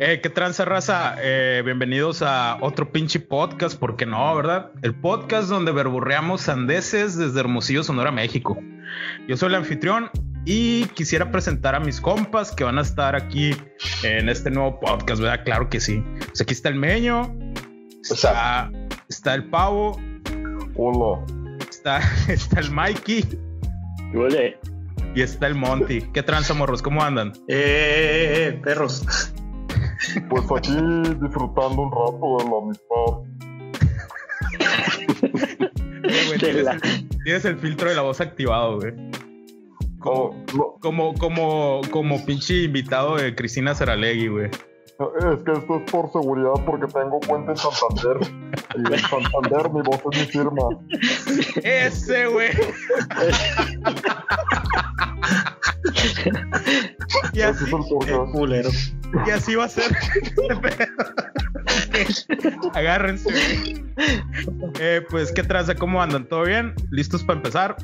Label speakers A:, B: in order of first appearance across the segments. A: Eh, ¿Qué tranza raza? Eh, bienvenidos a otro pinche podcast, porque no, ¿verdad? El podcast donde verburreamos sandeces desde Hermosillo, Sonora, México. Yo soy el anfitrión y quisiera presentar a mis compas que van a estar aquí en este nuevo podcast, ¿verdad? Claro que sí. Pues aquí está el Meño, está, está el Pavo,
B: Hola.
A: está, está el Mikey
B: Huele.
A: y está el Monty. ¿Qué tranza, morros? ¿Cómo andan?
C: Eh, eh, eh, perros.
B: Pues aquí disfrutando un rato de la amistad.
A: Eh, güey,
C: De
A: tienes,
C: la-
A: el, tienes el filtro de la voz activado, güey.
B: Oh, no,
A: Como, como, como pinche invitado de Cristina Saralegui, güey.
B: Ah, es que esto es por seguridad porque tengo cuenta en Santander. Y en Santander mi voz es mi firma.
A: Ese, güey. y,
B: Ese es
A: así,
B: el podcast.
C: Culero.
A: y así va a ser. Agárrense. güey. Eh, pues, ¿qué traza? ¿Cómo andan? ¿Todo bien? ¿Listos para empezar?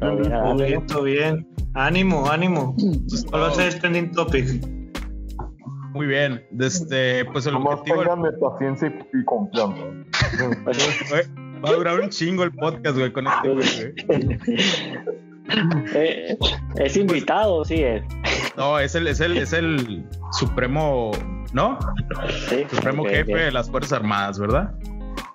D: Ah,
B: Bien,
E: eh,
B: bien.
C: Todo Ah, bien. Ánimo, ánimo.
A: Pues,
C: ¿Cuál va a ser el trending topic?
A: Muy bien. Este, pues el
B: Nomás
A: objetivo
B: ténganme paciencia y, y confianza.
A: güey, va a durar un chingo el podcast, güey, con este güey, güey.
E: Eh, es invitado, sí es.
A: No, es el, es el, es el supremo, ¿no?
E: Sí,
A: Supremo
E: ok,
A: jefe de
E: ok.
A: las Fuerzas Armadas, ¿verdad?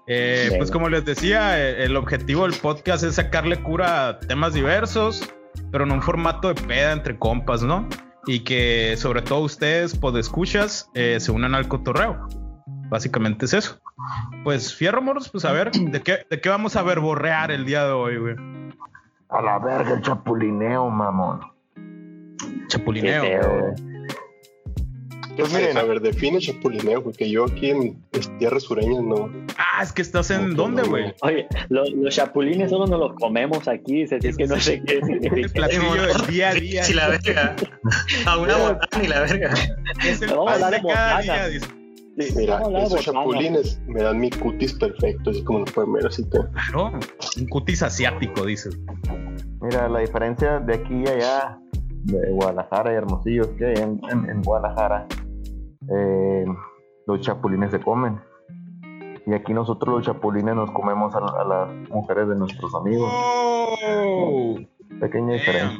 A: Eh,
E: Venga.
A: pues como les decía, eh, el objetivo del podcast es sacarle cura a temas diversos, pero en un formato de peda entre compas, ¿no? Y que sobre todo ustedes, podescuchas, escuchas, eh, se unan al cotorreo. Básicamente es eso. Pues fierro, moros, pues a ver, ¿de qué, de qué vamos a verborrear el día de hoy, güey?
B: A la verga el chapulineo, mamón.
E: Qué
A: Chapulineo.
E: feo, güey.
B: Pues
F: Pues
B: miren.
F: miren, a ver, define chapulineo, porque yo aquí en las tierras sureñas no.
A: Ah, es que estás
F: no,
A: en
F: no,
A: dónde,
F: no.
A: güey?
E: Oye, lo- los chapulines solo nos los comemos aquí, se dice que no sé qué
A: El
E: significa.
A: platillo del día a día.
C: Si la verga. A una botana y la verga.
A: Es el
E: Vamos a
A: pan
E: hablar
A: de
E: de
A: cada día,
E: botana.
A: dice.
E: Sí,
F: Mira,
E: vamos a hablar de
F: esos
E: botana.
F: chapulines me dan mi cutis perfecto, así como lo pueden ver, así que.
A: Claro, un cutis asiático, dice.
D: Mira, la diferencia de aquí y allá, de Guadalajara y Hermosillo, es que allá en, en- en Guadalajara eh, los chapulines se comen. Y aquí nosotros los chapulines nos comemos a, a las mujeres de nuestros amigos.
A: ¡Oh!
D: Pequeña diferencia.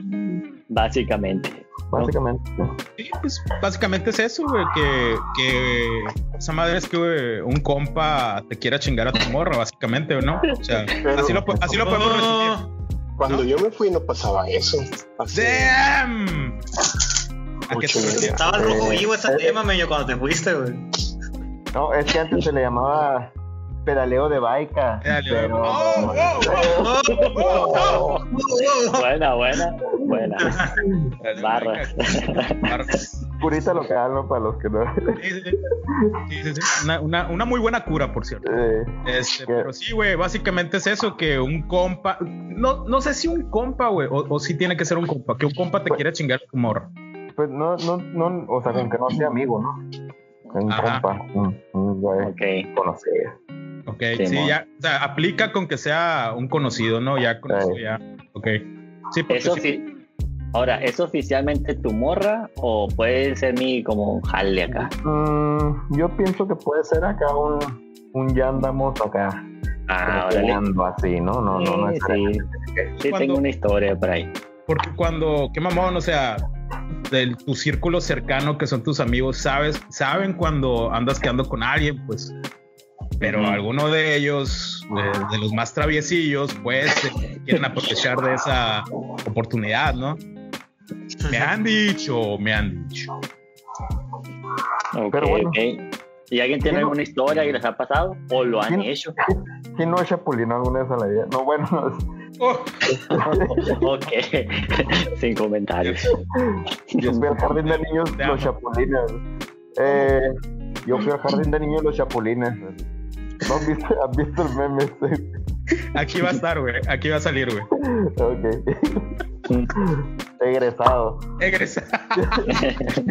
A: Damn.
E: Básicamente.
D: Básicamente,
A: Sí, pues básicamente es eso, güey, que, que esa madre es que güey, un compa te quiera chingar a tu morra, básicamente, ¿no? O sea,
F: Pero
A: así lo, po- así lo podemos resumir.
C: No.
F: cuando
A: ¿no?
F: yo me fui no pasaba eso. Hace
A: ¡Damn! ¿A qué
F: mucho
A: se refiere?
C: Estaba el
A: Eh,
C: rojo vivo ese tema, meño, cuando te fuiste, güey.
D: No, es que antes se le llamaba pedaleo de baica.
A: Pedaleo de-
D: pero,
A: ¡Oh, oh, oh!
C: Oh, oh, oh, oh,
E: Buena, buena, buena. Barras.
A: Barras.
D: Curita local, ¿no? Para los que no.
A: Sí, sí, sí. Sí, sí, sí. Una, una, una muy buena cura, por cierto.
D: Eh,
A: Este,
D: ¿Qué?
A: pero sí, güey, básicamente es eso, que un compa, no, no sé si un compa, güey, o, o si tiene que ser un compa, que un compa te quiera chingar tu morra.
D: pues no, no, no, o sea, con que no sea amigo, ¿no? Un
A: Ajá.
D: compa, un, un güey
E: Ok.
D: conocido.
A: Ok, sí,
E: Sí, mon.
A: ya, o sea, aplica con que sea un conocido, ¿no? Ya con eso,
D: Sí.
A: ya, ok. Pues Sí, porque
E: Eso
A: sí-
E: sí. Ahora, ¿es oficialmente tu morra o puede ser mi como un jale acá?
D: Mm, yo pienso que puede ser acá un, un ya andamos acá.
E: Ah, órale.
D: peleando así, ¿no? No, no, no
E: Sí,
D: es
E: sí. Sí,
A: Cuando-
E: tengo una historia por ahí.
A: porque cuando, qué mamón, o sea, del, tu círculo cercano, que son tus amigos, sabes, saben cuando andas quedando con alguien, pues, pero
E: Ujú.
A: alguno de ellos, de, de los más traviesillos, pues, eh, quieren aprovechar de esa oportunidad, ¿no? Me han dicho, me han dicho.
E: Ok,
D: Pero bueno.
E: ok. ¿Y alguien
D: Bueno.
E: tiene alguna historia que les ha pasado o lo han
D: Bueno.
E: hecho?
D: ¿Quién no es chapulino alguna vez a la vida? No, bueno, no es-
A: Oh,
E: Ok, sin comentarios.
D: yo fui al jardín de niños
A: Te amo.
D: los chapulines. Eh, yo fui al jardín de niños los chapulines. ¿No han visto, han visto el meme? este? Sí.
A: aquí va a estar, güey. Aquí va a salir, güey.
D: Ok. Egresado.
A: Egresa-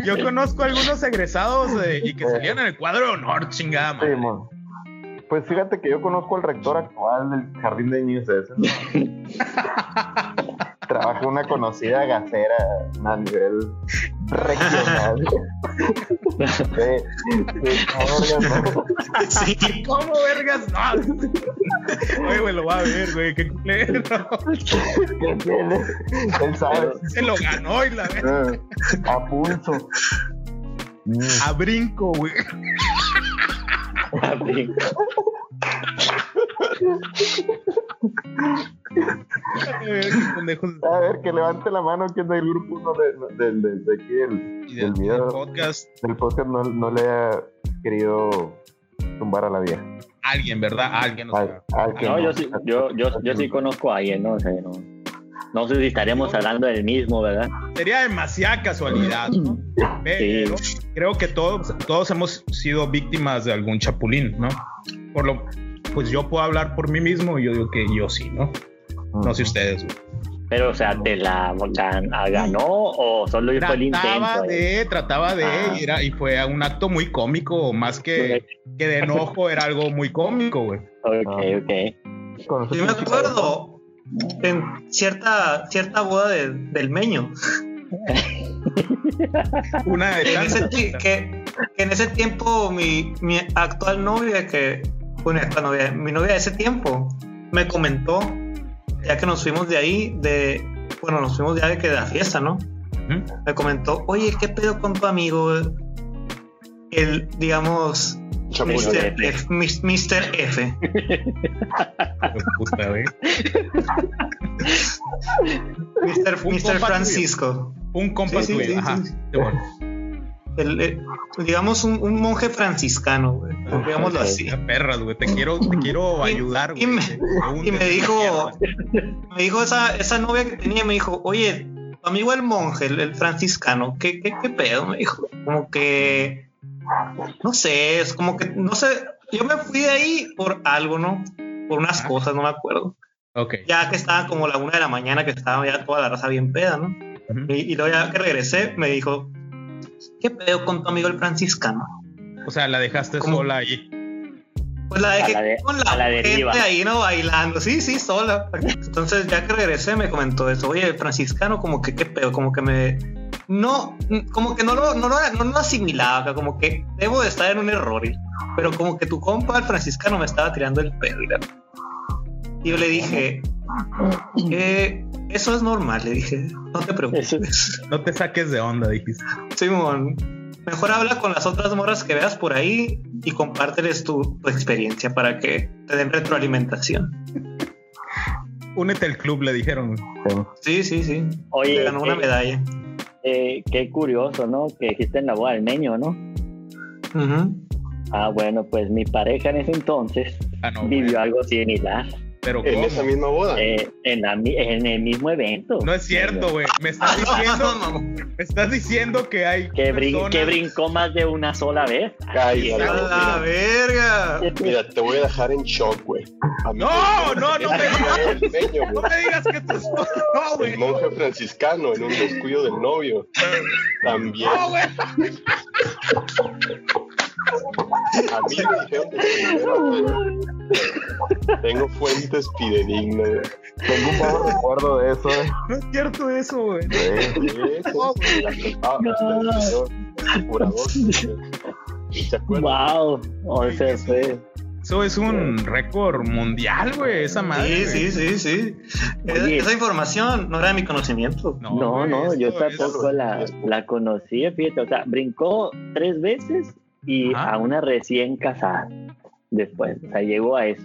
A: Yo conozco algunos egresados eh, y que salían en el cuadro de honor, chingada madre.
D: Simón. Pues fíjate que yo conozco al rector actual del jardín de niños ese, ¿no? Trabaja una conocida gasera a nivel regional. De- de- ahora ya no.
C: Sí.
A: ¿Cómo vergas? No. Oye, güey, lo va a ver, güey. Qué culero.
D: Él, él sabe,
A: Se lo ganó y la vez.
F: Ah,
D: a pulso. Mm,
A: A brinco, güey. A ver, qué pendejos.
D: A ver, que levante la mano quien del grupo no le- no- del de, de aquí, el,
A: Y
D: del video.
A: podcast,
D: del podcast, no, no le ha querido tumbar a la vieja.
A: alguien, ¿verdad? Alguien. o sea.
D: Al- al que
E: No,
D: no.
E: yo sí, yo, yo, yo sí conozco a alguien, no sé, no. No sé si estaremos hablando del mismo, ¿verdad?
A: sería demasiada casualidad, ¿no? Pero creo que todos, todos hemos sido víctimas de algún chapulín, ¿no? Por lo, pues yo puedo hablar por mí mismo y yo digo que yo sí, ¿no? No sé ustedes. güey.
E: Pero, o sea, ¿te la gan- a- ganó o solo fue el
A: Trataba
E: intento? eh?
A: de, trataba de,
E: Ah.
A: y, era- y fue un acto muy cómico, más que, que de enojo, era algo muy cómico, güey.
E: Ok,
C: Ah.
E: ok.
D: Con nosotros
C: Yo me
D: sí.
C: acuerdo en cierta, cierta boda de- del meño.
A: Una de
C: En ese
A: tantas.
C: ti- que, que en ese tiempo mi, mi actual novia, que bueno, mi actual novia, mi novia de ese tiempo, me comentó, ya que nos fuimos de ahí, de, bueno, nos fuimos ya de que de la fiesta, ¿no?
A: Ujú.
C: Me comentó, oye, ¿qué pedo con tu amigo? El, digamos,
F: Chapulín.
E: Este-
C: Mr. F. mis- Mr. F.
A: Pues, Puta, güey.
C: Mr.
A: Un compa
C: Mr.
A: tuyo.
C: Francisco.
A: Un compa
C: Sí, sí,
A: tuyo,
C: sí,
A: ajá.
C: sí.
A: De bueno.
C: El, eh, digamos, un, un monje franciscano, güey, digámoslo así.
A: Ya "Ah, perras, güey. Te quiero, te quiero
C: Y-
A: ayudar,
C: y
A: güey.
C: me-
A: Te- te
C: Y
A: hundes en
C: me
A: la
C: dijo,
A: mierda.
C: me dijo esa, esa novia que tenía, me dijo, oye, tu amigo el monje, el, el franciscano, ¿qué, qué, ¿qué pedo? Me dijo, como que, no sé, es como que, no sé, yo me fui de ahí por algo, ¿no? Por unas
A: Ah.
C: cosas, no me acuerdo.
A: Ok.
C: Ya que estaba como la una de la mañana, que estaba ya toda la raza bien peda, ¿no?
A: Ujú.
C: Y, y luego ya que regresé, me dijo, ¿qué pedo con tu amigo el franciscano?
A: O sea, la dejaste
C: ¿Cómo?
A: sola ahí.
C: Pues la dejé
E: A la de-
C: con
E: a la
C: la,
E: deriva.
C: gente ahí, ¿no? Bailando, sí, sí, sola. Entonces, ya que regresé, me comentó eso. Oye, franciscano, como que qué pedo, como que me. No, como que no lo, no lo- no lo asimilaba, acá, como que debo de estar en un error. y- Pero como que tu compa, el franciscano, me estaba tirando el pedo. y la- Y yo le dije, eh, eso es normal, le dije, no te preocupes.
E: Eso-
A: No te saques de onda, dijiste.
C: Simón, mejor habla con las otras morras que veas por ahí y compárteles tu, tu experiencia para que te den retroalimentación.
A: Únete al club, le dijeron. güey.
C: Sí, sí, sí.
E: Oye,
C: Le ganó una
E: eh,
C: medalla.
E: eh, qué curioso, ¿no? Que dijiste en la boda del niño, ¿no?
C: Ujú.
E: Ah, bueno, pues mi pareja en ese entonces
A: Ah, no. güey.
E: vivió algo similar
A: Pero
F: En
A: ¿cómo?
F: esa misma
C: Ah.
F: boda.
E: eh, en, la mi- en el mismo evento.
A: No es cierto, güey. Me estás diciendo,
C: No, no,
A: me estás diciendo que hay
E: Que, brin-
A: personas- Ah,
E: que brincó más de una sola vez.
F: Ay,
C: no. ¡A la
F: mira,
C: verga!
F: mira, te voy a dejar en shock, güey. A mí
A: No,
F: me-
A: no, no me-
F: El meño,
A: No
F: güey.
A: me digas que tú no,
F: El
A: güey.
F: monje franciscano en un descuido del novio. También.
A: No, Ah, güey.
F: A mí me dijeron de primera mano. Tengo fuentes fidedignas.
D: Tengo un vago recuerdo de eso. eh.
A: No es cierto eso, güey.
D: Sí.
F: Sí, sí, sí, la contaba hasta el señor curador. ¿Se acuerdan?
E: Wow, 11 fue.
A: Eso es un récord mundial, güey. Esa madre.
C: Sí,
A: güey.
C: sí, sí, sí. Esa,
E: Oye.
C: esa información no era de mi conocimiento.
E: No,
A: güey,
E: no, yo
A: esto es-
E: tampoco la, la conocía, fíjate, o sea, brincó tres veces y
A: Ajá.
E: a una recién casada después, o sea, llegó a eso.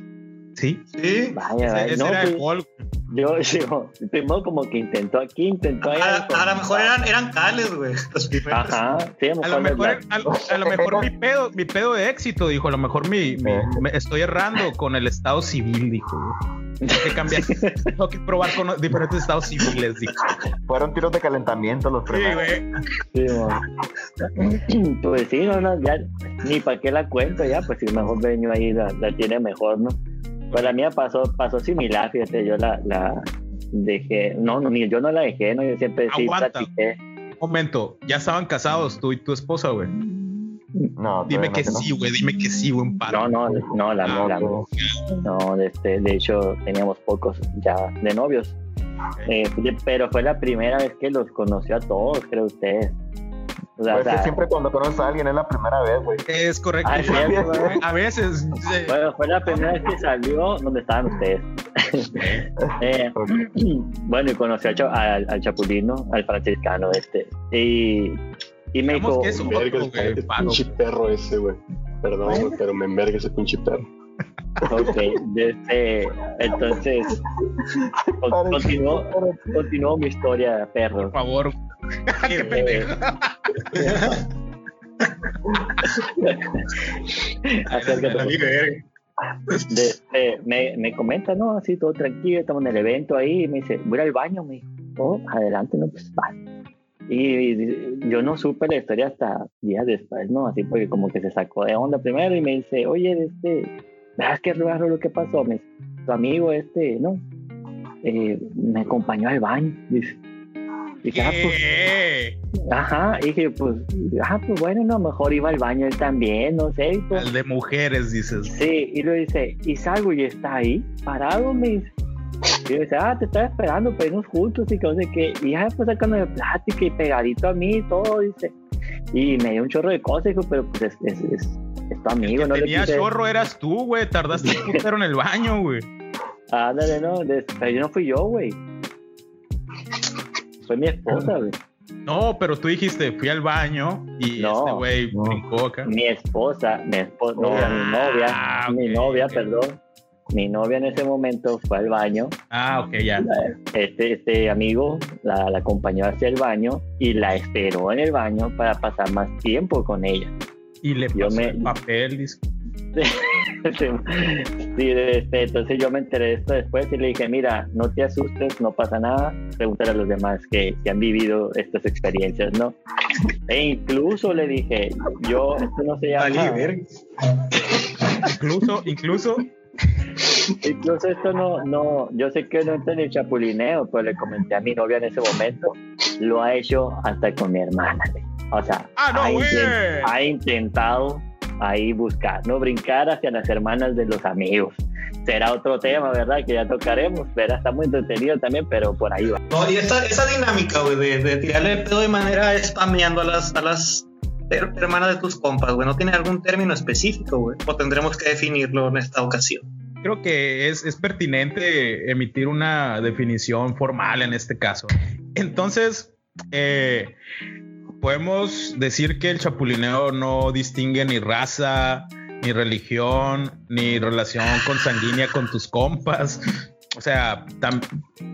A: Sí.
C: Sí.
E: Vaya,
A: Ese,
E: vaya,
A: ese
E: no,
A: era el
E: pues,
A: gol.
E: yo, yo, primero como que intentó aquí, intentó allá.
A: Ah,
C: A, a lo mejor eran, eran cales, güey. Los primeros.
E: Ajá, sí, a lo
A: A lo
E: mejor
A: mejor,
E: las-
A: a- a lo mejor mi, pedo, mi pedo de éxito, dijo. A lo mejor mi, mi- me- estoy errando con el estado civil, dijo. güey. Tengo que cambiar. Tengo que probar con los diferentes estados civiles, dijo.
D: Fueron tiros de calentamiento los
A: Sí,
D: primeros.
A: güey.
E: sí, mo- pues sí, no, no, ya, ni para qué la cuento ya, pues si mejor venio ahí la, la tiene mejor, ¿no? Pues la mía pasó, pasó similar, fíjate, yo la, la dejé, no, no, ni yo no la dejé, no, yo siempre sí
A: Aguanta.
E: platiqué.
A: Momento, ya estaban casados tú y tu esposa, güey.
D: No,
A: Dime
D: todavía
A: que
D: no,
A: sí, güey. Dime que sí, güey. Un paro.
E: No, no, no, la
A: Ah,
E: mía, la mía. No, este, de hecho teníamos pocos ya de novios. Eh, de- pero fue la primera vez que los conoció a todos, creo ustedes. O sea,
D: Pues
E: o
D: que
E: sea,
D: siempre cuando conoces a alguien es la primera vez, güey.
A: Es correcto.
E: Ah, es cierto, ¿eh?
A: a veces. eh,
E: bueno, fue la primera vez que salió donde estaban ustedes. Eh,
D: Ok.
E: bueno, y conocí al, cha- al, al chapulino, al franciscano este. Y, y me
A: Digamos
E: dijo,
A: que es un-
F: Verga
A: Ok,
F: el
A: pago.
F: pinche perro ese, güey. Perdón, güey, pero me enverga ese pinche perro.
E: ok, de este, entonces con- continuó, continuó mi historia, perro.
A: Por favor. Qué pendejo.
E: Acércate, por de- eh, me, me comenta, no, así todo tranquilo, estamos en el evento ahí, y me dice, voy a ir al baño, me dijo, oh, adelante, no, pues va. Y, y yo no supe la historia hasta días después, ¿no? Así porque como que se sacó de onda primero y me dice, oye, este, ¿sabes qué raro lo que pasó? Me dice, tu amigo este, ¿no? Eh, me acompañó al baño, dice. Y dije, "Ah, pues,
A: ¿Qué?
E: ajá, y dije, pues, ah, pues bueno, no, mejor iba al baño él también, no sé. y pues,
A: Al de mujeres, dices.
E: Sí, y luego dice, y salgo y está ahí, parado, me dice. Y yo dice, ah, te estaba esperando para irnos juntos y que no sé qué. Y ya después sacando de plática y pegadito a mí y todo, dice. Y me dio un chorro de cosas, dijo, pero pues es, es, es, es tu
A: El
E: amigo,
A: que
E: no le
A: tenía
E: quise...
A: chorro eras tú, güey. Tardaste un putero en el baño, güey.
E: Ándale, no, de- pero yo no fui yo, güey. Fue mi esposa, güey.
A: No, pero tú dijiste, fui al baño y
E: No,
A: este güey
D: no.
A: brincó acá.
E: Mi esposa, mi esposa, no, mi novia,
A: Ah,
E: mi
A: ok,
E: novia,
A: ok.
E: perdón. Mi novia en ese momento fue al baño
A: Ah, ok, ya.
E: este, este amigo la, la acompañó hacia el baño y la esperó en el baño para pasar más tiempo con ella.
A: Y le
E: Yo
A: pasó
E: me-
A: el papel, dice.
E: Sí, este, entonces yo me enteré de esto después y le dije, mira, no te asustes, no pasa nada, pregúntale a los demás que, que han vivido estas experiencias, ¿no? E incluso le dije, yo, esto no se llama...
C: Valí, verga.
A: Incluso, incluso,
E: Incluso esto no, no, yo sé que no entra en el chapulineo, pero le comenté a mi novia en ese momento, lo ha hecho hasta con mi hermana. güey. O sea,
A: Ah, no,
E: ha,
A: güey.
E: ha intentado ahí buscar, no brincar hacia las hermanas de los amigos. Será otro tema, ¿verdad? Que ya tocaremos, ¿verdad? Está muy entretenido también, pero por ahí va.
C: No, y esa, esa dinámica, güey, de, de tirarle el pedo de manera spameando a las, a las her- hermanas de tus compas, güey, no tiene algún término específico, güey, o tendremos que definirlo en esta ocasión.
A: creo que es, es pertinente emitir una definición formal en este caso. Entonces, eh, podemos decir que el chapulineo no distingue ni raza, ni religión, ni relación consanguínea con tus compas. O sea, tam-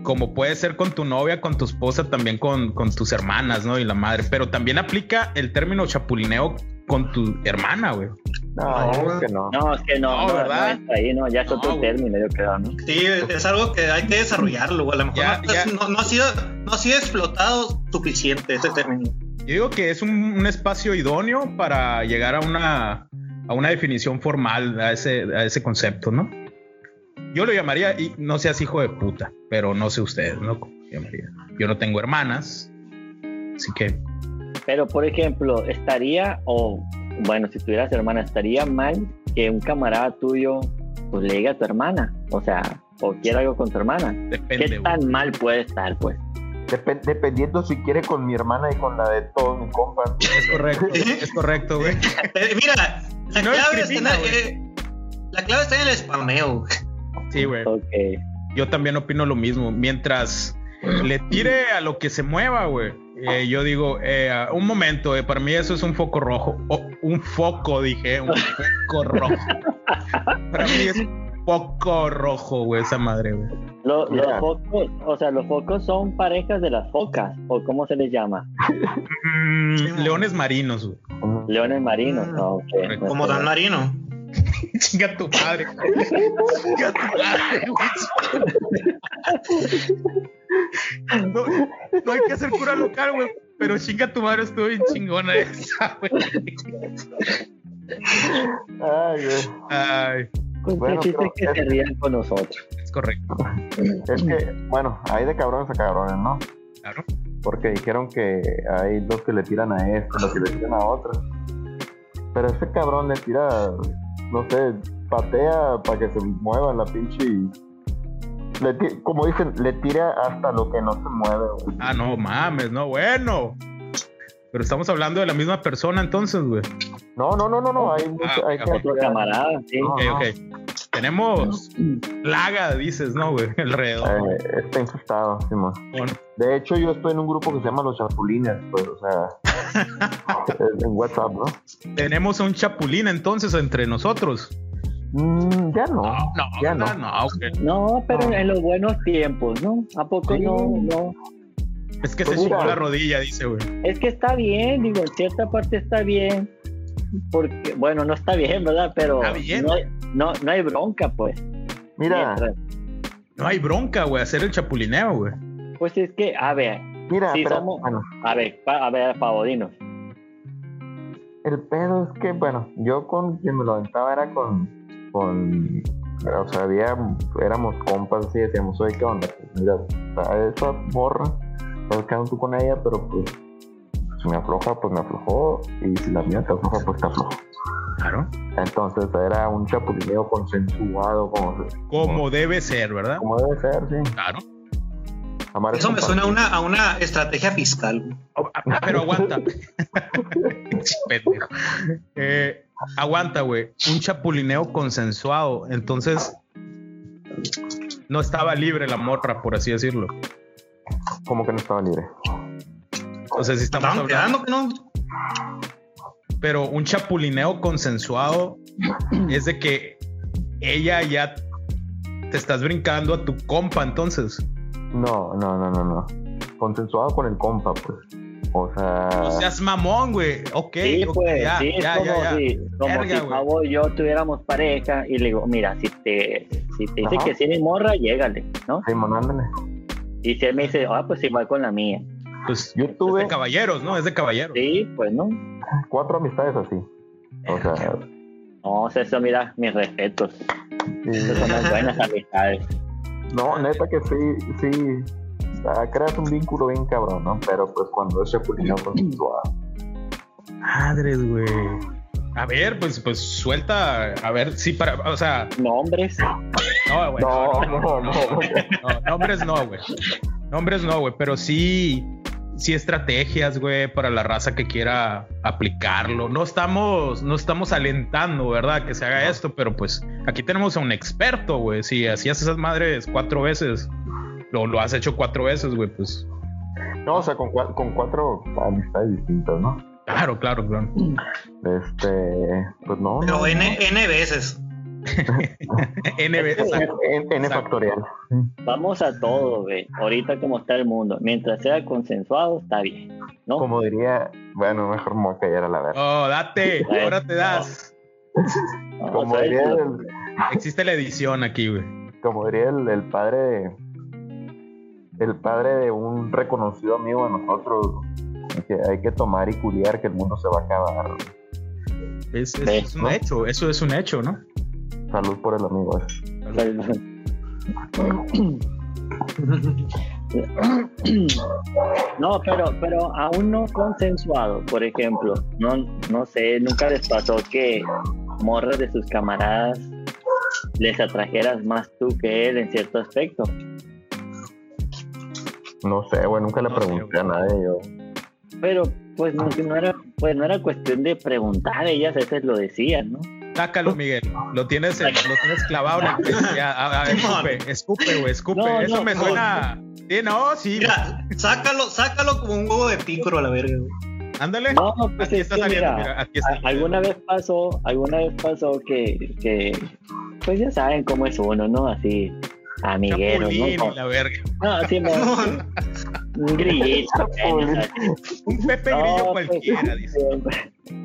A: como puede ser con tu novia, con tu esposa, también con, con tus hermanas, ¿no? Y la madre. Pero también aplica el término chapulineo con tu hermana, güey.
D: No, yo creo
C: güey.
D: que no.
E: No, es que no,
A: No,
E: no, no
A: ¿verdad?
E: entra ahí, no, ya es
A: No,
E: otro
A: güey.
E: término, yo creo, ¿no?
C: Sí, es algo que hay que desarrollarlo, güey, a lo mejor
A: Ya,
C: no,
A: ya.
C: no- no ha sido, no ha sido explotado suficiente este término.
A: Yo digo que es un, un espacio idóneo para llegar a una, a una definición formal a ese, a ese concepto, ¿no? Yo lo llamaría, y no seas hijo de puta, pero no sé ustedes, ¿no? ¿Cómo se llamaría? Yo no tengo hermanas, así que
E: Pero, por ejemplo, estaría, o bueno, si tuvieras hermana, estaría mal que un camarada tuyo pues, le diga a tu hermana, o sea, o quiera algo con tu hermana.
A: depende.
E: ¿Qué
A: güey.
E: tan mal puede estar, pues?
D: Depe- dependiendo si quiere con mi hermana y con la de todos mis compas.
A: Es correcto, es correcto, güey.
C: Eh, mira, la,
A: No
C: clave está en
A: discrimina,
C: el, eh, la clave está en el spameo, güey.
A: Sí, güey.
E: Ok.
A: Yo también opino lo mismo. Mientras le tire a lo que se mueva, güey. eh, yo digo, eh, ah, un momento, eh, para mí eso es un foco rojo. O- un foco, dije, un foco rojo. Para mí es un foco rojo, güey, esa madre, güey.
E: Lo- los
D: Mira.
E: focos, o sea, los focos son parejas de las focas, o cómo se les llama,
A: Mm, leones marinos, güey.
E: leones marinos.
C: Ah,
E: No, ok.
A: correcto.
C: como Dan Marino.
A: Chinga tu madre. Chinga tu madre, güey. No, no hay que hacer cura local, güey. Pero chinga tu madre, estuvo bien chingona esa, güey.
D: Ay, güey.
A: Ay,
E: Pues,
D: Bueno,
E: el chiste es que
D: pero-
E: se rían con nosotros.
A: es correcto.
D: Es que, bueno, hay de cabrones a cabrones, ¿no?
A: Claro.
D: Porque dijeron que hay dos que le tiran a esto, los que le tiran a otro. Pero ese cabrón le tira, no sé, patea para que se mueva la pinche. le ti- como dicen, le tira hasta lo que no se mueve. güey.
A: Ah, no mames, no, bueno. Pero estamos hablando de la misma persona entonces, güey.
D: No, no, no, no, no. Hay, mucho- hay
A: ok,
D: gente-
E: Otro camarada, sí.
D: No,
A: Ok,
D: no.
A: ok. Tenemos plaga, dices, ¿no, güey? Alrededor.
D: Eh, está infestado, Simón.
A: Bueno.
D: De hecho, yo estoy en un grupo que se llama Los Chapulines, pues, o sea, en WhatsApp, ¿no?
A: Tenemos un chapulín entonces entre nosotros.
D: Mm, ya no.
A: no,
D: ya
A: ¿verdad? güey.
E: No, pero en los buenos tiempos, ¿no? ¿A poco
D: Sí.
E: no, no?
A: Es que se
D: Pues
A: chingó
D: mira.
A: la rodilla, dice, güey.
E: Es que está bien, digo, en cierta parte está bien. Porque, bueno, no está bien, ¿verdad? Pero
A: Está bien.
E: No, hay, no, no hay bronca, pues.
D: Mira,
E: Mientras-
A: No hay bronca, güey, hacer el chapulineo, güey.
E: Pues es que, a ver,
D: mira,
E: Sí,
D: pero,
E: somos-
D: bueno,
E: a ver, pa- a ver, Pavodino.
D: el pedo es que, bueno, yo con quien me lo aventaba era con, con, o sea, había, éramos compas, así decíamos, oye, ¿qué onda? Pues, mira, a esa morra, estás quedando tú con ella, pero pues, si me afloja, pues me aflojó, y si la mía te afloja, pues te aflojó.
A: Claro.
D: Entonces era un chapulineo consensuado, como,
A: Como debe ser, ¿verdad?
D: como debe ser, sí.
A: Claro.
D: Amar es
C: Eso me
D: compartir.
C: suena a una, a una estrategia fiscal. güey.
A: Pero aguanta. Pendejo. Eh, aguanta, güey. Un chapulineo consensuado. Entonces, no estaba libre la morra, por así decirlo.
D: Como que no estaba libre.
A: O sea, si estamos
C: Estaban
A: hablando.
C: quedando que no.
A: Pero un chapulineo consensuado es de que ella ya te estás brincando a tu compa, entonces.
D: No, no, no, no, no. Consensuado con el compa, pues. O sea.
A: No Pues seas mamón, güey. Ok,
E: sí,
A: ok,
E: pues,
A: ya,
E: sí, es
A: ya,
E: como
A: ya, ya.
E: si, como
A: Verga,
E: si
A: güey.
E: Pavo y yo tuviéramos pareja y le digo, mira, si te, si te dice
D: Ajá.
E: que sí mi morra, llégale, ¿no?
D: Simón, ándale.
E: Y si él me dice, ah, pues igual con la mía.
A: Pues
D: Yo
A: es
D: tuve
A: de caballeros, ¿no? Es de caballeros.
E: Sí, pues, ¿no?
D: cuatro amistades así. O sea,
E: No, eso, mira, mis respetos. Esas son
D: sí.
E: las buenas amistades.
D: no, neta que sí, sí. ah, Creas un vínculo bien cabrón, ¿no? Pero pues cuando es pues, chapulineo consensuado.
A: Madres, güey. A ver, pues, pues suelta. A ver, sí, para. O sea,
E: Nombres.
A: Pues, no, güey.
D: No, no, no.
A: no, nombres no, güey. Nombres no, güey. Pero sí, sí estrategias, güey, para la raza que quiera aplicarlo. No estamos, no estamos alentando, ¿verdad? Que se haga esto, pero pues aquí tenemos a un experto, güey. Si hacías esas madres cuatro veces, lo, lo has hecho cuatro veces, güey, pues.
D: No, o sea, con, cua- con cuatro amistades distintas, ¿no?
A: Claro, claro, claro.
D: Este, pues no.
C: Pero
D: no.
C: N,
A: e-,
C: N veces.
A: NB, exacto.
D: N, N
A: Exacto.
D: factorial.
E: Vamos a todo, güey. Ahorita como está el mundo. Mientras sea consensuado, está bien. ¿No?
D: Como diría, bueno, mejor me voy a callar a la verga.
A: Oh, date, ahora te das.
E: No,
D: Como
E: o sea,
D: diría
E: es lo-
D: el,
A: Existe la edición aquí, güey.
D: como diría el, el padre de, el padre de un reconocido amigo de nosotros, que hay que tomar y culiar que el mundo se va a acabar.
A: Es, es-
E: Sí,
A: es un
D: ¿no?
A: hecho, eso es un hecho, ¿no?
D: Salud por el amigo. ese.
E: No, pero, pero aún no consensuado, por ejemplo. No, no sé, nunca les pasó que morras de sus camaradas les atrajeras más tú que él en cierto aspecto.
D: No sé, güey, nunca le
A: No sé,
D: pregunté
A: güey.
D: a nadie yo.
E: Pero pues no, no era, pues no era cuestión de preguntar, ellas a veces lo decían, ¿no?
A: Sácalo, Miguel. Lo tienes, en- lo tienes clavado en el pecho. Ya, a- a-
C: Simón.
A: escupe, escupe, güey, escupe.
E: No,
A: eso
E: no,
A: me
C: no.
A: suena. Sí, no, sí.
C: Mira, sácalo, sácalo como un huevo de pícaro a la verga. güey.
A: Ándale.
E: No, pues
A: aquí
E: es
A: está
E: que,
A: saliendo,
E: mira,
A: mira, aquí está.
E: a- alguna vez pasó, alguna vez pasó que, que, pues ya saben cómo es uno, ¿no? Así, amiguero,
A: Chapulín,
E: ¿no?
A: la verga.
E: No, así me un grillito.
D: Chapulín.
A: Un Pepe
E: No,
A: Grillo
E: pues,
A: cualquiera, dice.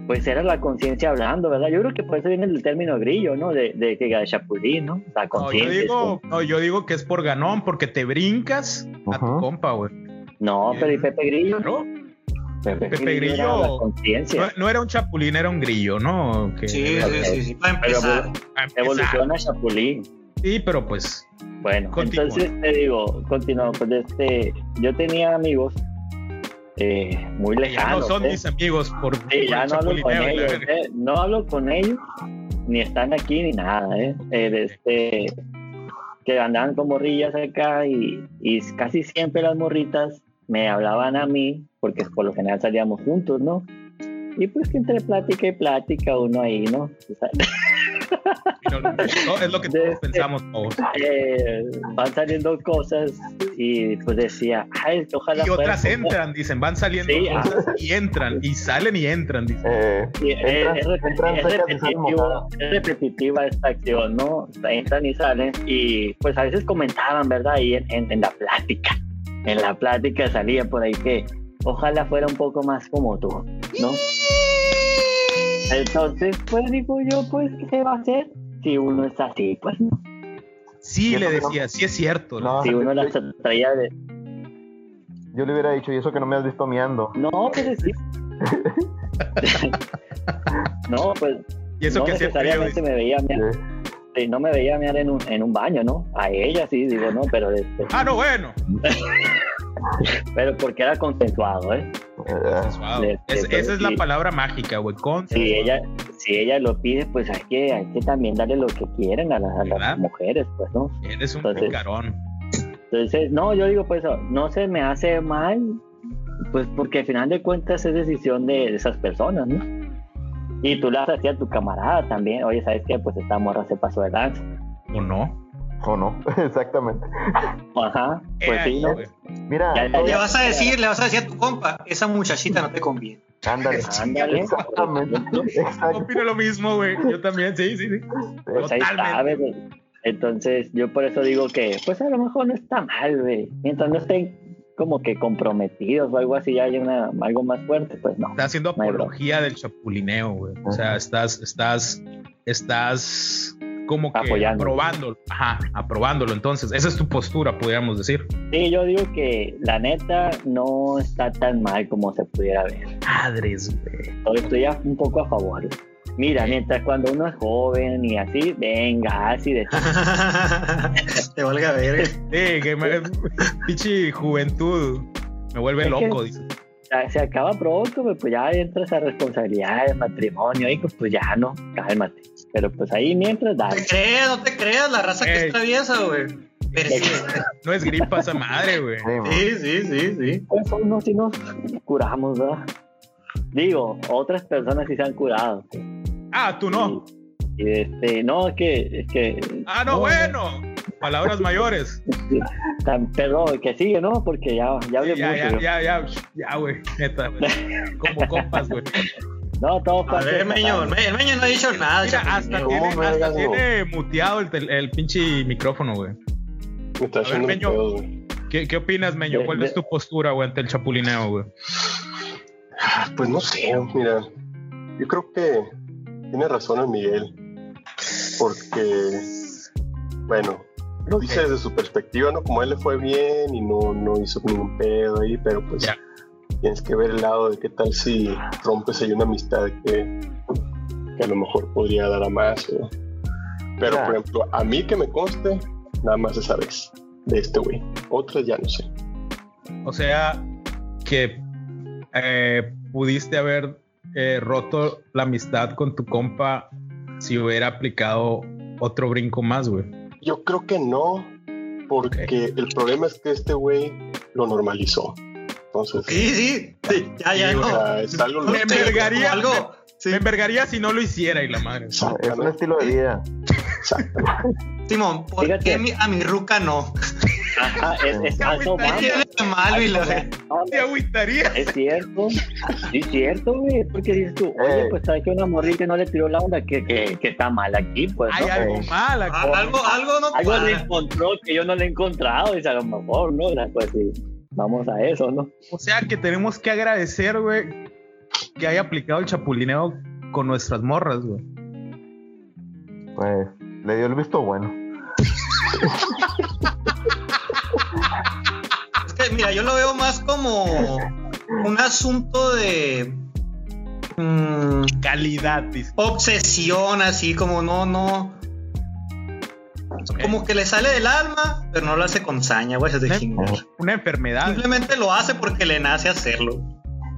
E: Pues era la conciencia hablando, ¿verdad? Yo creo que por eso viene el término grillo, ¿no? De, de que de chapulín, ¿no? La
A: No, yo
E: conciencia. es
A: digo,
E: como-
A: no, yo digo que es por ganón, porque te brincas a tu
D: Ujú.
A: compa, güey.
E: No, pero ¿y Pepe Grillo?
A: Claro.
E: Pepe,
A: Pepe
E: era
A: Grillo.
E: la conciencia.
A: No, no era un chapulín, era un grillo, ¿no? Que-
C: Sí, sí, sí, sí. Para
E: Pero,
C: empezar.
A: a empezar.
E: Evoluciona Chapulín.
A: Sí, pero pues
E: Bueno,
A: Continúa.
E: entonces te digo, continuamos. Pues este, yo tenía amigos eh, muy
A: ya no
E: lejanos.
A: son
E: ¿eh?
A: mis amigos por,
E: Sí, ya
A: por
E: no hablo con
A: chapulineo y la
E: ellos.
A: verga.
E: ¿eh? No hablo con ellos, ni están aquí ni nada. ¿eh? Eh, de este, que andaban con morrillas acá y, y casi siempre las morritas me hablaban a mí, porque por lo general salíamos juntos, ¿no? Y pues que entre plática y plática uno ahí, ¿no? O sea,
A: No, no, es lo que todos
E: Desde-
A: pensamos todos.
E: eh, van saliendo cosas y pues decía, ay, ojalá
A: Y
E: fuera
A: otras
E: como-
A: entran, dicen, van saliendo
E: Sí,
A: cosas y entran, y salen y entran, dicen.
D: Eh,
E: Sí, es-
D: Entran-
E: es, repeti-
D: entran
E: es
D: secas y salen mojadas.
E: repetitiva, es repetitiva esta acción, ¿no? O sea, Entran y salen y pues a veces comentaban, ¿verdad? Ahí en, en- en la plática, en la plática salía por ahí que ojalá fuera un poco más como tú, ¿no? Entonces, pues digo yo, pues, ¿qué se va a hacer? Si uno es así, pues no.
A: Sí,
D: Yo
A: le
D: no-
A: decía, Ah, sí es cierto.
D: no,
E: Si
D: yo,
E: uno las traía de...
D: yo le hubiera dicho, y eso que no me has visto miando.
E: No, pues sí. no, pues
A: Y eso
E: no
A: que hacía frío, dice,
E: necesariamente me veía
D: Sí.
E: mear, sí, no me veía mear en un, en un baño, ¿no? A ella sí, digo, no, pero, este,
A: Ah, no, bueno.
E: pero porque era consensuado, ¿eh?
D: Eh,
A: Consensuado.
E: de- de-
A: Es- esa es la
E: sí.
A: palabra mágica, güey.
E: Si
A: Consensuado.
E: ella si ella lo pide, pues hay que, hay que también darle lo que quieren a, las- a
A: ¿Verdad?
E: las mujeres, pues, ¿no?
A: Eres un
E: Entonces-
A: picarón.
E: Entonces, no, yo digo, pues, no se me hace mal, pues, porque al final de cuentas es decisión de esas personas, ¿no? Y tú la haces así a tu camarada también, oye, ¿sabes qué? Pues esta morra se pasó de lanza.
A: ¿O no?
D: O no, exactamente.
E: Ajá, pues
A: Eh,
E: sí, ¿no?
A: güey.
D: Mira,
E: Ya, ya,
C: Le
E: ya.
D: eh,
C: vas a decir, le vas a decir a tu compa, esa muchachita no te conviene.
D: ándale.
E: Ándale.
D: Exactamente.
A: Yo
D: Exacto.
A: Opino lo mismo, güey. Yo también, sí, sí, sí.
E: Pues ahí está,
A: Totalmente.
E: güey. Entonces, yo por eso digo que, pues a lo mejor no está mal, güey. Mientras no estén como que comprometidos o algo así, ya hay una, algo más fuerte, pues no.
A: Estás haciendo
E: No hay bronca.
A: apología del chapulineo, güey. O sea, estás, estás, estás como que
E: Apoyando.
A: aprobándolo. Ajá, aprobándolo. Entonces, esa es tu postura, podríamos decir.
E: Sí, yo digo que la neta no está tan mal como se pudiera ver.
A: Madres, güey.
E: Pero Estoy a- un poco a favor. güey. Mira, mientras cuando uno es joven y así, venga, así de
C: Te valga ver.
A: Sí, que me, pinche juventud me vuelve
E: Es que-
A: loco, dice.
E: ya se acaba pronto, güey, pues ya entra esa responsabilidad de matrimonio y pues, pues ya no, cálmate. Pero pues ahí mientras
C: No te
E: dale.
C: creas, no te creas, la raza que
A: Ey.
C: es traviesa, güey. Pero sí,
A: No es gripa esa madre, güey.
D: Sí, man.
C: sí, sí, sí, sí.
E: Pues unos sí nos curamos, ¿verdad? Digo, otras personas sí se han curado. pues.
A: Ah, tú no.
E: Y, y, este, no, es que, es que.
A: Ah, no, bueno. Palabras mayores.
E: tan- perdón, que sigue, ¿no? Porque ya, ya hablé
A: Ya, ya,
E: mucho.
A: ya, ya, ya, güey. Neta, güey. Como compas, güey.
E: No, todo
C: A ver, Meño, el Meño- el Meño no ha dicho nada.
A: Mira,
C: chaval.
A: hasta
D: No,
A: tiene,
D: me
A: hasta
D: hagas algo.
A: tiene muteado el, tel- el pinche micrófono, güey.
F: Me está
A: A ver,
F: haciendo
A: Meño.
F: pedos, güey.
A: ¿Qué, qué opinas, Meño?
E: De-
A: ¿Cuál
E: de-
A: es tu postura, güey, ante el chapulineo, güey?
F: Ah, Pues no sé, mira. Yo creo que tiene razón el Miguel. Porque, bueno, lo dice desde su perspectiva, ¿no? Como a él le fue bien y no, no hizo ningún pedo ahí, pero pues
A: Ya.
F: tienes que ver el lado de qué tal si rompes ahí una amistad que, que a lo mejor podría dar a más. ¿no? Pero,
D: Ya.
F: por ejemplo, a mí que me conste, nada más esa vez de este güey. Otras ya no sé.
A: O sea, que eh, pudiste haber eh, roto la amistad con tu compa si hubiera aplicado otro brinco más, güey.
F: Yo creo que no, porque el problema es que este güey lo normalizó. Entonces,
C: Sí, sí. sí, Ya, ya,
A: Sí,
F: o
C: no.
F: sea, es algo
C: No
F: lo
A: Me
C: te-
A: envergaría.
C: Algo. Sí.
A: Me envergaría si no lo hiciera y la madre.
D: Es un
F: Exactamente,
D: estilo de vida.
F: exactamente.
C: Simón, ¿por
E: Fíjate.
C: qué mi- a mi ruca no?
E: Ajá, es, es algo
A: Qué
E: malo.
A: agüitaría.
C: Tiene de malo y la
A: eh.
E: No,
A: Te agüitaría.
E: Es cierto, sí, es cierto, güey. Porque dices tú, oye,
C: Eh.
D: Ey.
E: pues sabes que una morrita no le tiró la onda, que, que, que está mal aquí, pues. ¿no?
A: Hay algo mal acá.
C: Ah, Algo, algo no
E: Algo le
C: cuadra.
E: encontró que yo no le he encontrado, dice a lo mejor, ¿no? O sea, Pues sí, vamos a eso, ¿no?
A: O sea que tenemos que agradecer, güey, que haya aplicado el chapulineo con nuestras morras, güey.
D: Pues le dio el visto bueno.
C: Es que, mira, yo lo veo más como un asunto de. mm,
A: Calidad, dice.
C: obsesión, así como no, no. Como que le sale del alma, pero no lo hace con saña, güey, eso es de
A: Me-
C: chingar.
A: Una enfermedad.
C: Simplemente lo hace porque le nace hacerlo.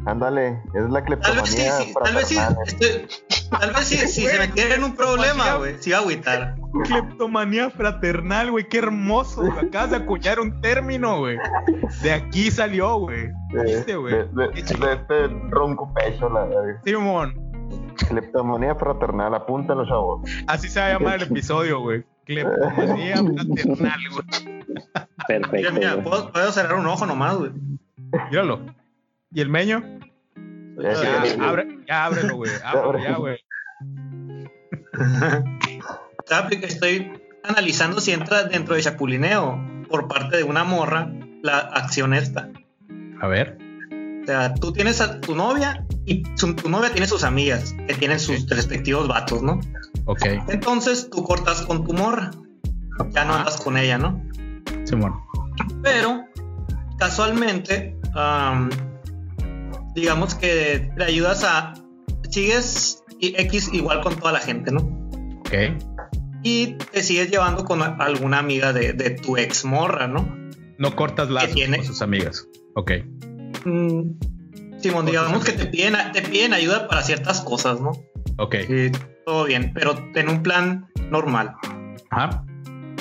D: Ándale, es la
C: Tal vez sí,
D: cleptomanía
C: sí,
D: para
C: tal vez sí,
D: Fernández.
C: estoy- tal vez sí, si se metiera en un problema, güey, sí va a agüitar.
A: Cleptomanía fraternal, güey. Qué hermoso. güey. Acabas de acuñar un término, güey. De aquí salió, güey. ¿Viste,
D: Eh, de,
A: güey?
D: de,
A: Qué
D: de-
A: chido.
D: de este ronco pecho, la verga.
A: Simón,
D: Cleptomanía fraternal, apúntalo, chavos.
A: así se va a llamar el episodio, güey. Cleptomanía fraternal, güey.
C: Mira,
E: Perfecto.
C: mira,
E: güey.
C: puedo, puedo cerrar un ojo nomás, güey.
A: Míralo. ¿Y el meño? Ya,
D: Ese-
A: abre- ya ábrelo, güey. Ábrelo ya, güey.
C: Estoy- Estoy analizando si entra dentro de chapulineo por parte de una morra la acción esta.
A: A ver.
C: O sea, tú tienes a tu novia y su- tu novia tiene sus amigas que tienen sus respectivos vatos, ¿no?
A: Ok.
C: Entonces tú cortas con tu morra. Ya no andas con ella, ¿no?
A: Simón.
C: Pero casualmente, am, digamos que le ayudas a. Sigues i- X igual con toda la gente, ¿no?
A: Ok.
C: Y te sigues llevando con a- alguna amiga de, de tu ex morra, ¿no?
A: No cortas lazos
C: tiene?
A: con sus amigas. Ok.
C: Mm, Simón, digamos que te piden, a- te piden ayuda para ciertas cosas, ¿no?
A: Ok.
C: Sí, todo bien, pero en un plan normal.
A: Ajá.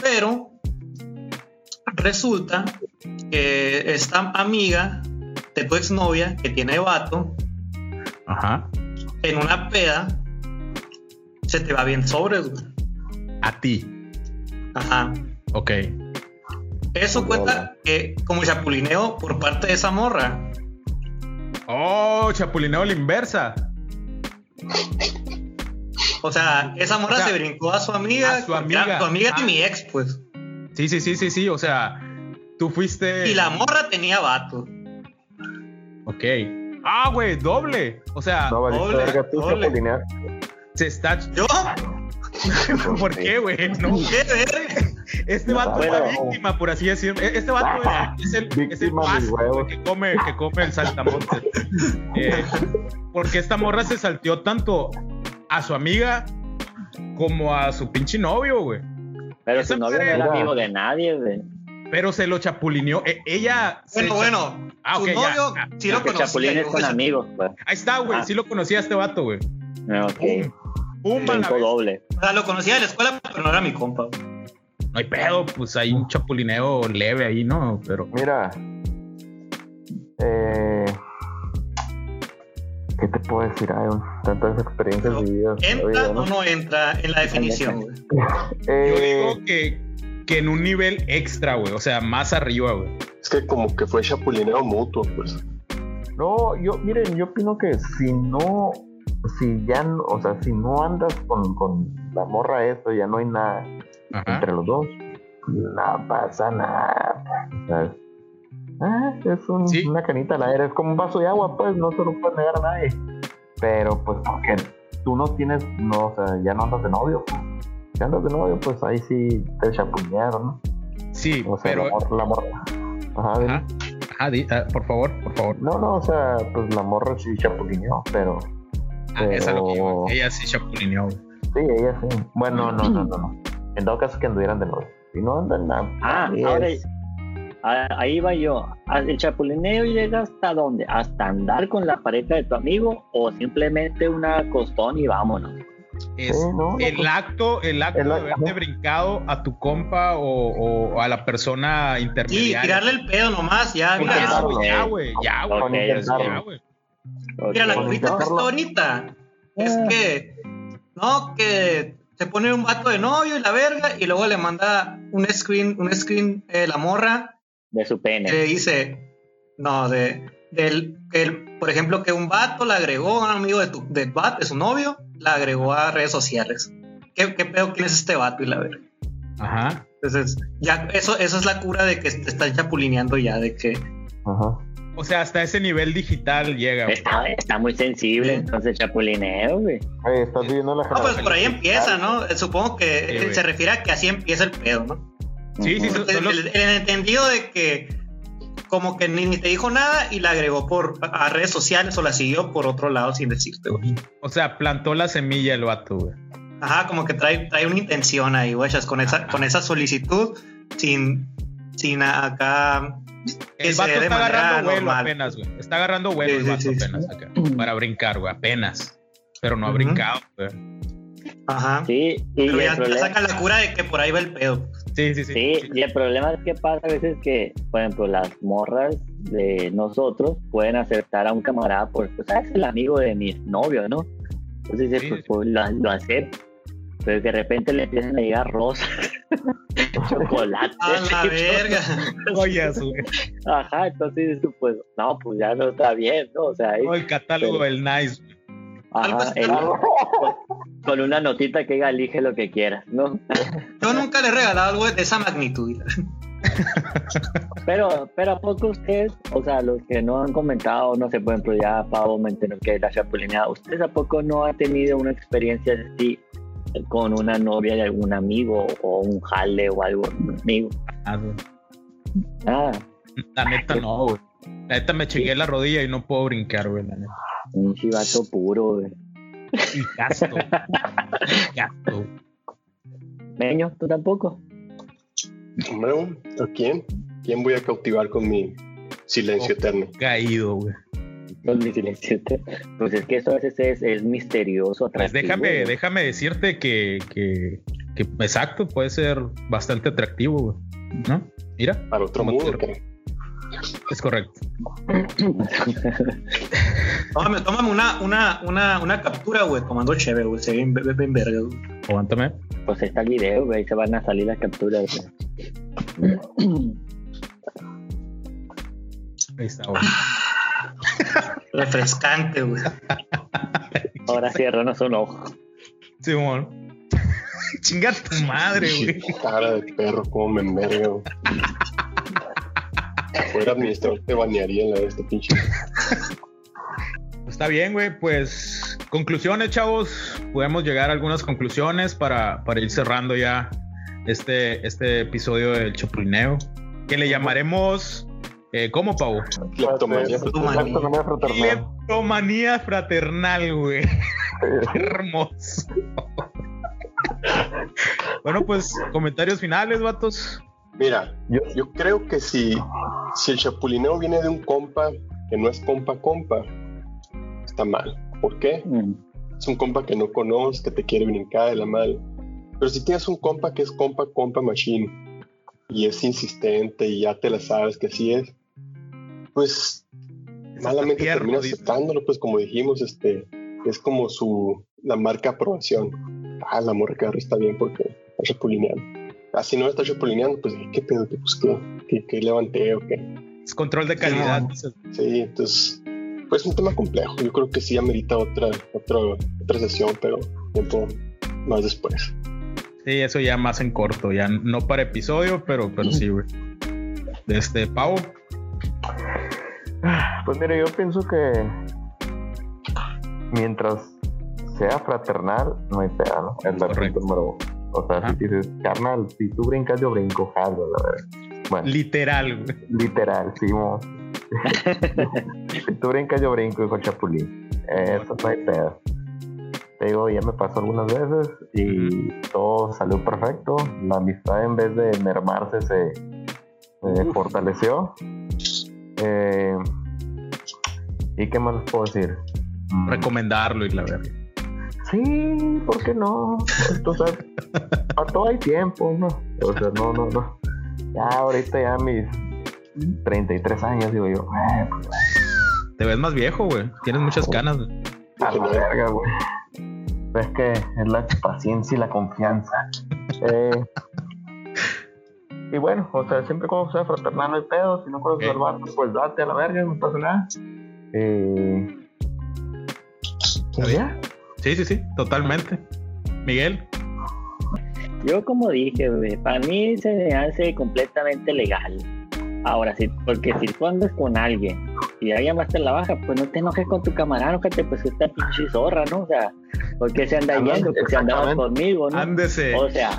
C: Pero resulta que esta amiga de tu exnovia que tiene vato,
A: Ajá.
C: en una peda se te va bien sobres, güey.
A: A ti.
C: Ajá.
A: Ok.
C: Eso cuenta que como chapulineo por parte de esa morra.
A: Oh, chapulineo a la inversa.
C: O sea, esa morra
A: O sea,
C: se brincó a su amiga.
A: a su
C: porque era
A: amiga.
C: Tu amiga de
A: Ah.
C: mi ex, pues.
A: Sí, sí, sí, sí, sí. O sea, tú fuiste.
C: Y la morra tenía vato.
A: Ok. Ah, güey, doble. O sea,
D: No, valiste
C: Ole,
D: verga tú,
C: ole.
D: Chapulinear.
A: se está.
C: ¿Yo?
A: ¿Por qué, güey? No.
C: ¿Qué verga?
A: Este vato es
E: Bueno.
A: la víctima, por así decirlo. E- Este vato era- es el, es el
D: Ah, Víctima de
A: básico,
D: huevos.
A: güey, que come, que come el saltamontes. Eh, porque esta morra se salteó tanto a su amiga como a su pinche novio, güey.
E: Pero
A: esa
E: su novio no era
D: madre-
E: amigo de nadie, güey.
A: Pero se lo chapulineó. E- ella. se
C: Bueno,
A: cha-
C: bueno.
A: Ah,
C: su
A: ok, ya.
C: novio
A: Ah,
C: sí lo
E: Porque
C: conocía.
E: chapulines
C: yo,
E: con
C: güey.
E: amigos, pues.
A: Ahí está, güey.
E: Ah.
A: Sí lo conocía este vato, güey.
E: No, ok.
A: Pum, a la
E: Cinco
A: vez.
E: doble.
C: O sea, lo conocía de la escuela, pero no era mi compa. güey.
A: No hay pedo, pues hay
D: Ah.
A: un chapulineo leve ahí, ¿no? Pero.
D: Mira. Eh, ¿Qué te puedo decir? Ay, tantas experiencias
C: Pero,
D: vividas.
C: ¿Entra
D: todavía,
C: o no entra en la definición, güey?
A: Yo
D: Eh,
A: digo que, que en un nivel extra, güey. O sea, más arriba, güey.
F: Es que como que fue chapulineo mutuo, pues.
D: No, yo, miren, yo opino que si no, si ya, no- o sea, si no andas con, con la morra esto, ya no hay nada
A: Ajá.
D: entre los dos, no pasa nada. o sea, ah, es un-
A: Sí.
D: una canita al aire, es como un vaso de agua, pues, no se lo puedes negar a nadie. Pero pues porque tú no tienes, no, o sea, ya no andas de novio. pues. Si andas de novio, pues ahí sí te chapuñaron, ¿no?
A: Sí,
D: O sea,
A: pero.
D: la, mor- la morra. Ajá, dime.
A: Ajá. Ajá, di- ah, por favor, por favor.
D: No, no, o sea, pues la morra sí chapulineó, pero
A: Ah, esa es lo que iba.
D: Pero-
A: Ella sí chapulineó. güey.
D: sí, ella sí. Bueno, no, no, no, no. En todo caso que anduvieran de nuevo. Si no andan nada.
E: Ah,
D: Sí,
E: ahora
D: es-
E: a- ahí va yo. Ah, ¿El chapulineo llega hasta dónde? ¿Hasta andar con la pareja de tu amigo o simplemente una costón y vámonos?
A: Es
D: Sí, no, no,
A: el
D: pues-
A: acto, el acto
D: El
A: de
D: acto.
A: haberte brincado a tu compa o, o a la persona
C: Sí,
A: intermediaria.
C: tirarle el pedo nomás, ya,
A: Porque
C: mira.
A: eso, güey, ya,
D: Ok.
A: güey, ya, güey. pues,
D: Con
E: Ok,
A: Ya,
D: intentarlo.
A: güey.
C: Mira, la
E: Ok.
D: Con
C: curita que está
D: intentarlo.
C: ahorita es que, no, que se pone un vato de novio y la verga, y luego le manda un screen, un screen eh, la morra,
E: De su
C: que
E: pene.
A: Este.
C: le dice, no, de, del, el- por ejemplo, que un vato la agregó, un amigo de tu, del vato, de su novio, la agregó a redes sociales. ¿Qué, qué pedo quién es este vato y la verga?
A: Ajá.
C: Entonces, ya, eso, eso es la cura de que te están chapulineando ya, de que
D: Ajá.
A: O sea, hasta ese nivel digital llega, güey.
E: Está, está muy sensible,
C: Sí.
E: entonces chapulineo, güey.
D: Oye,
A: Eh,
D: estás viviendo la
C: No, pues
D: generación
C: por ahí empieza,
D: digital.
C: ¿no? Eh, Supongo que
A: Sí,
C: eh,
A: güey.
C: se refiere a que así empieza el pedo, ¿no?
A: Sí, sí,
E: Ujú.
A: sí.
C: El,
A: Son los-
C: el- el entendido de que como que ni, ni te dijo nada y la agregó por a redes sociales o la siguió por otro lado sin decirte, güey.
A: O sea, plantó la semilla el vato, güey.
C: Ajá, como que trae, trae una intención ahí, güey, con esa, con esa solicitud sin, sin a- acá
A: El
C: se
A: vato
C: dé de
A: está agarrando
C: manera
A: vuelo
C: normal.
A: apenas, güey. Está agarrando vuelo
C: Sí,
A: el
C: sí,
A: vato
C: sí, sí.
A: apenas acá. Para brincar, güey, apenas. Pero no ha
C: Ujú.
A: brincado, güey.
C: Ajá.
E: Sí, y
C: Pero
E: el
C: ya, ya
E: problema-
C: saca la cura de que por ahí va el pedo.
A: Sí, sí, sí.
E: Sí, y el problema es que pasa a veces que, por ejemplo, las morras de nosotros pueden aceptar a un camarada por, pues, ah, es el amigo de mi novio, ¿no? Entonces dice,
A: Sí.
E: pues, pues, lo, lo acepto. Pero que de repente le empiezan a llegar rosas, chocolate.
C: A la verga.
A: Joyas, güey.
E: Ajá, entonces dices, pues, no, pues ya no está bien, ¿no? O sea, ahí,
A: Todo el catálogo del Nice. güey.
C: algo
E: ajá,
C: así.
E: él- con una notita que diga, elige lo que quieras, ¿no?
C: Yo nunca le he regalado algo de esa magnitud.
E: Pero, pero ¿a poco ustedes, o sea, los que no han comentado, no sé, por ejemplo, ya Pavo mencionó que la chapulineada, ¿ustedes a poco no han tenido una experiencia así con una novia de algún amigo o un jale o algo? Amigo.
A: Ah, güey.
E: Ah,
A: La neta no, güey. La neta me chingué la rodilla y no puedo brincar, güey. la neta.
E: un chivato puro, güey.
A: Y gasto. Y gasto.
E: Meño, ¿tú tampoco?
F: Hombre, ¿a quién? ¿Quién voy a cautivar con mi silencio eterno?
A: Caído, güey.
E: No, mi silencio. Pues es que eso a veces es, es misterioso.
A: Pues
E: atractivo,
A: déjame,
E: güey.
A: déjame decirte que, que, que exacto, puede ser bastante atractivo, güey. ¿No? Mira,
F: Para otro
A: Como quiero.
F: mundo, cabrón.
A: es correcto.
C: Tómame, tómame una, una, una, una captura, güey, tomando chévere, güey. Se ve bien, bien, bien verga, güey.
A: Aguántame.
E: Pues está el video, güey, se van a salir las capturas. güey.
A: Ahí está, güey.
C: Refrescante, güey.
E: Ahora ciérranos un ojo.
A: Simón. Chinga tu madre, güey.
F: Cara de perro, como me enverga, güey. Fuera administrador, te banearía en la de este pinche.
A: Está bien, güey. Pues conclusiones, chavos. Podemos llegar a algunas conclusiones para, para ir cerrando ya este, este episodio del Chapulneo. Que le llamaremos. Eh, ¿Cómo, Pavo?
F: Cleptomanía, pues,
C: Cleptomanía.
D: Autonomía fraternal.
A: Cleptomanía fraternal, güey. Hermoso. bueno, pues comentarios finales, vatos.
F: Mira,
D: Yo-
F: yo creo que si, si el chapulineo viene de un compa que no es compa compa, está mal. ¿Por qué?
E: Mm.
F: es un compa que no conoces, que te quiere brincar de la madre. Pero si tienes un compa que es compa, compa machine, y es insistente y ya te la sabes que así es, pues
A: hasta
F: malamente
A: tierno,
F: termina
A: dice.
F: aceptándolo, pues como dijimos, este, es como su, la marca aprobación. Ah, la morra que agarró está bien porque está chapulineando. Ah, si no está chapulineando, pues qué pedo que busqué, que, que levanté o qué.
A: Es control de calidad. dices.
F: Sí, entonces, pues es un tema complejo. Yo creo que sí amerita otra, otra, otra sesión, pero tiempo más después.
A: Sí, eso ya más en corto, ya no para episodio, pero, pero sí, güey. Este, Pavo,
D: Pues mire, yo pienso que mientras sea fraternal, no hay pega, ¿no? Es la
A: Correcto.
D: punto número uno. O sea,
A: Ajá.
D: si dices, carnal, si tú brincas, yo brinco, jalo, la verdad. Bueno,
A: literal, güey.
D: literal, sí, mo. si tú brincas, yo brinco, dijo el Chapulín. Eh, Eso no hay pega. Te digo, ya me pasó algunas veces y todo salió perfecto. La amistad, en vez de mermarse, se eh, fortaleció. Eh, ¿Y qué más les puedo decir? Mm,
A: Recomendarlo y la verdad.
D: Sí, ¿por qué no? O sea, a todo hay tiempo, ¿no? O sea, no, no, no. Ya ahorita ya mis 33 años, digo yo, "Eh, pues,
A: Te ves más viejo, güey. Tienes muchas canas. güey.
D: a la verga, güey. Pues es que es la paciencia y la confianza. Eh, y bueno, o sea, siempre como sea fraternal no hay pedo, si no conoces
A: Ok.
D: al barco, pues date a la verga, no pasa nada. Eh,
A: Está
D: y ya.
A: Sí, sí, sí, totalmente. Miguel,
E: Yo como dije, güey, para mí se me hace completamente legal. Ahora sí, porque si tú andas con alguien y ya llamaste a la baja, pues no te enojes con tu camarada, enójate pues esta pinche zorra, ¿no? O sea, porque se anda
D: Ándale,
E: yendo, pues se andaba
D: exactamente.
E: conmigo, ¿no?
A: ándese.
E: O sea,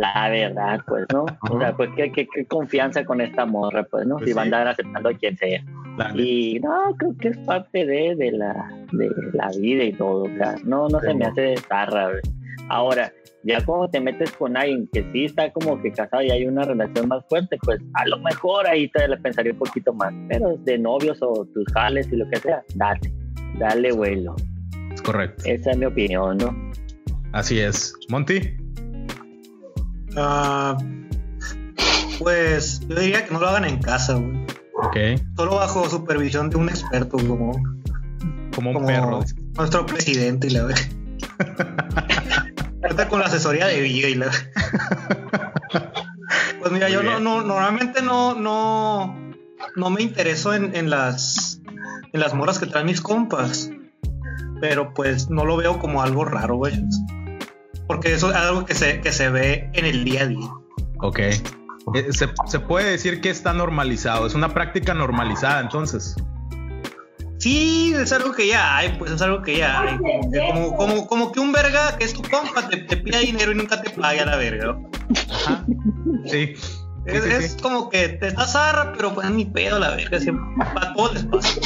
E: la verdad, pues, ¿no? O sea, pues qué, qué, qué confianza con esta morra, pues, ¿no?
A: Pues
E: si va a
A: sí.
E: andar aceptando a quien sea.
A: Dale.
E: Y no, creo que es parte de, de, la, de la vida y todo. O sea, no, no se me hace tarra, güey. Ahora, ya como te metes con alguien que sí está como que casado y hay una relación más fuerte, pues a lo mejor ahí te la pensaría un poquito más. Pero de novios o tus jales y lo que sea, date, dale vuelo.
A: Es correcto.
E: Esa es mi opinión, ¿no?
A: Así es. Monty.
C: Ah, pues yo diría que no lo hagan en casa, güey.
A: Ok.
C: Solo bajo supervisión de un experto, como,
A: Como un
C: como
A: perro.
C: nuestro presidente y la verdad. Ahorita con la asesoría de vida y la Pues mira,
A: Muy
C: yo no,
A: bien.
C: no- normalmente no, no, no me intereso en, en las en las moras que traen mis compas. Pero pues no lo veo como algo raro, güey. Porque eso es algo que se, que se ve en el día a día.
A: Ok. Eh, Se, se puede decir que está normalizado, es una práctica normalizada entonces.
C: Sí, es algo que ya hay, pues es algo que ya hay. Como que, como, como- como que un verga que es tu compa te, te pida dinero y nunca te pague a la verga. ¿no?
A: Ajá. Sí. Sí,
C: Es,
A: sí,
C: es
A: sí.
C: como que te estás zarra, pero pues ni pedo la verga. Siempre, para todos les pasa.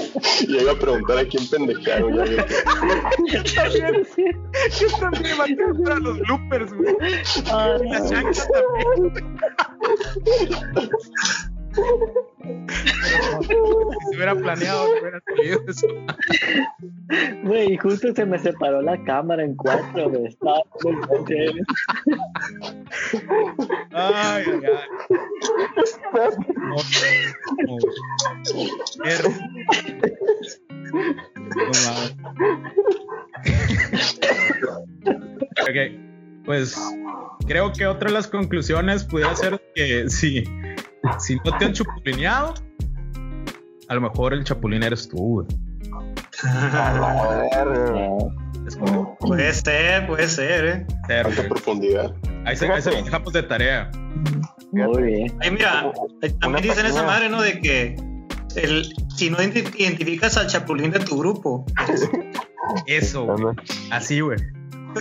F: Y iba a preguntar a quién pendejaron. Ya veo que-
A: Yo también va a entrar los bloopers, güey. La chancha también. si se hubiera planeado, no hubiera salido eso.
E: Güey, justo se me separó la cámara en cuatro, güey. Estaba muy bien.
A: Ay, ay, ay. No, no, no. Perro. No mames. Ok, pues creo que otra de las conclusiones pudiera ser que si, si no te han chapulineado, a lo mejor el chapulín eres tú, güey.
D: Verga.
A: Es como
C: puede ser, puede ser, eh.
A: ser,
F: Tanta
A: güey.
F: profundidad.
A: Ahí se, ahí se los dejamos de tarea.
E: Muy bien.
C: Ay, mira, ahí también dicen esa
D: persona-
C: madre, ¿no? De que el, si no ident- identificas al chapulín de tu grupo,
A: Eso, güey. Así, güey.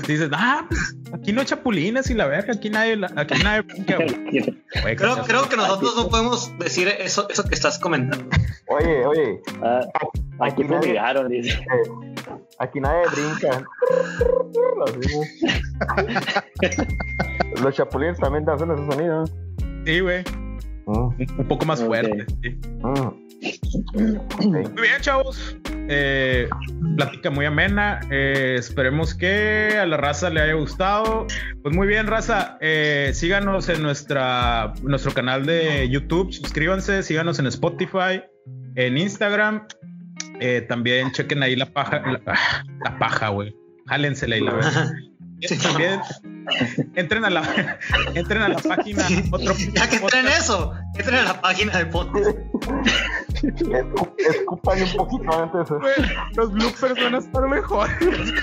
A: Dices, ah, pues, aquí no hay chapulines y la verga, aquí nadie, la- aquí nadie. brinca, güey". Güey,
C: creo,
A: cachas,
C: creo que nosotros no podemos decir eso, eso que estás comentando.
D: Oye, oye,
E: Ah, aquí me obligaron, dice.
D: aquí nadie brinca. Así, ¿no? Los chapulines también hacen ese sonido.
A: Sí, güey.
D: Mm,
A: Un, un poco más
E: Ok.
A: fuerte. sí.
D: mm. Ok.
A: Muy bien, chavos. Eh, plática muy amena. Eh, esperemos que a la raza le haya gustado. Pues muy bien, raza. Eh, síganos en nuestra, nuestro canal de YouTube. Suscríbanse. Síganos en Spotify, en Instagram. Eh, también chequen ahí la paja. La, la paja, güey. Jálensela ahí la verga. También entren a la entren a la página otro
C: Ya que
A: Podcast.
C: entren eso, que entren a la página del podcast.
D: Escu- Escúpale un poquito antes. eh.
A: Güey, los bloopers van a estar mejor. Pinche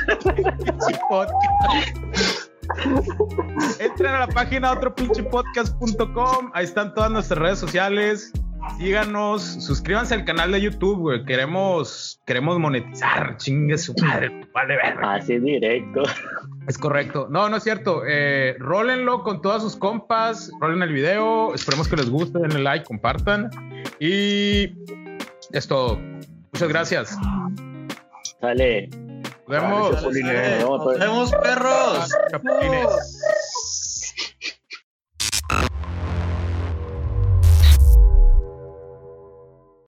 A: podcast. Entren a la página otropinchepodcast.com. Ahí están todas nuestras redes sociales. Síganos, suscríbanse al canal de YouTube, güey. Queremos, queremos monetizar. Chingue su madre. Vale, verga.
E: Así directo.
A: Es correcto. No, no es cierto. Eh, rólenlo con todas sus compas. Rolen el video. Esperemos que les guste. Denle like, compartan. Y es todo. Muchas gracias.
E: Sale.
A: Nos vemos.
E: Chapulines.
A: ¿eh?
C: Nos vemos, perros.
A: Chapulines.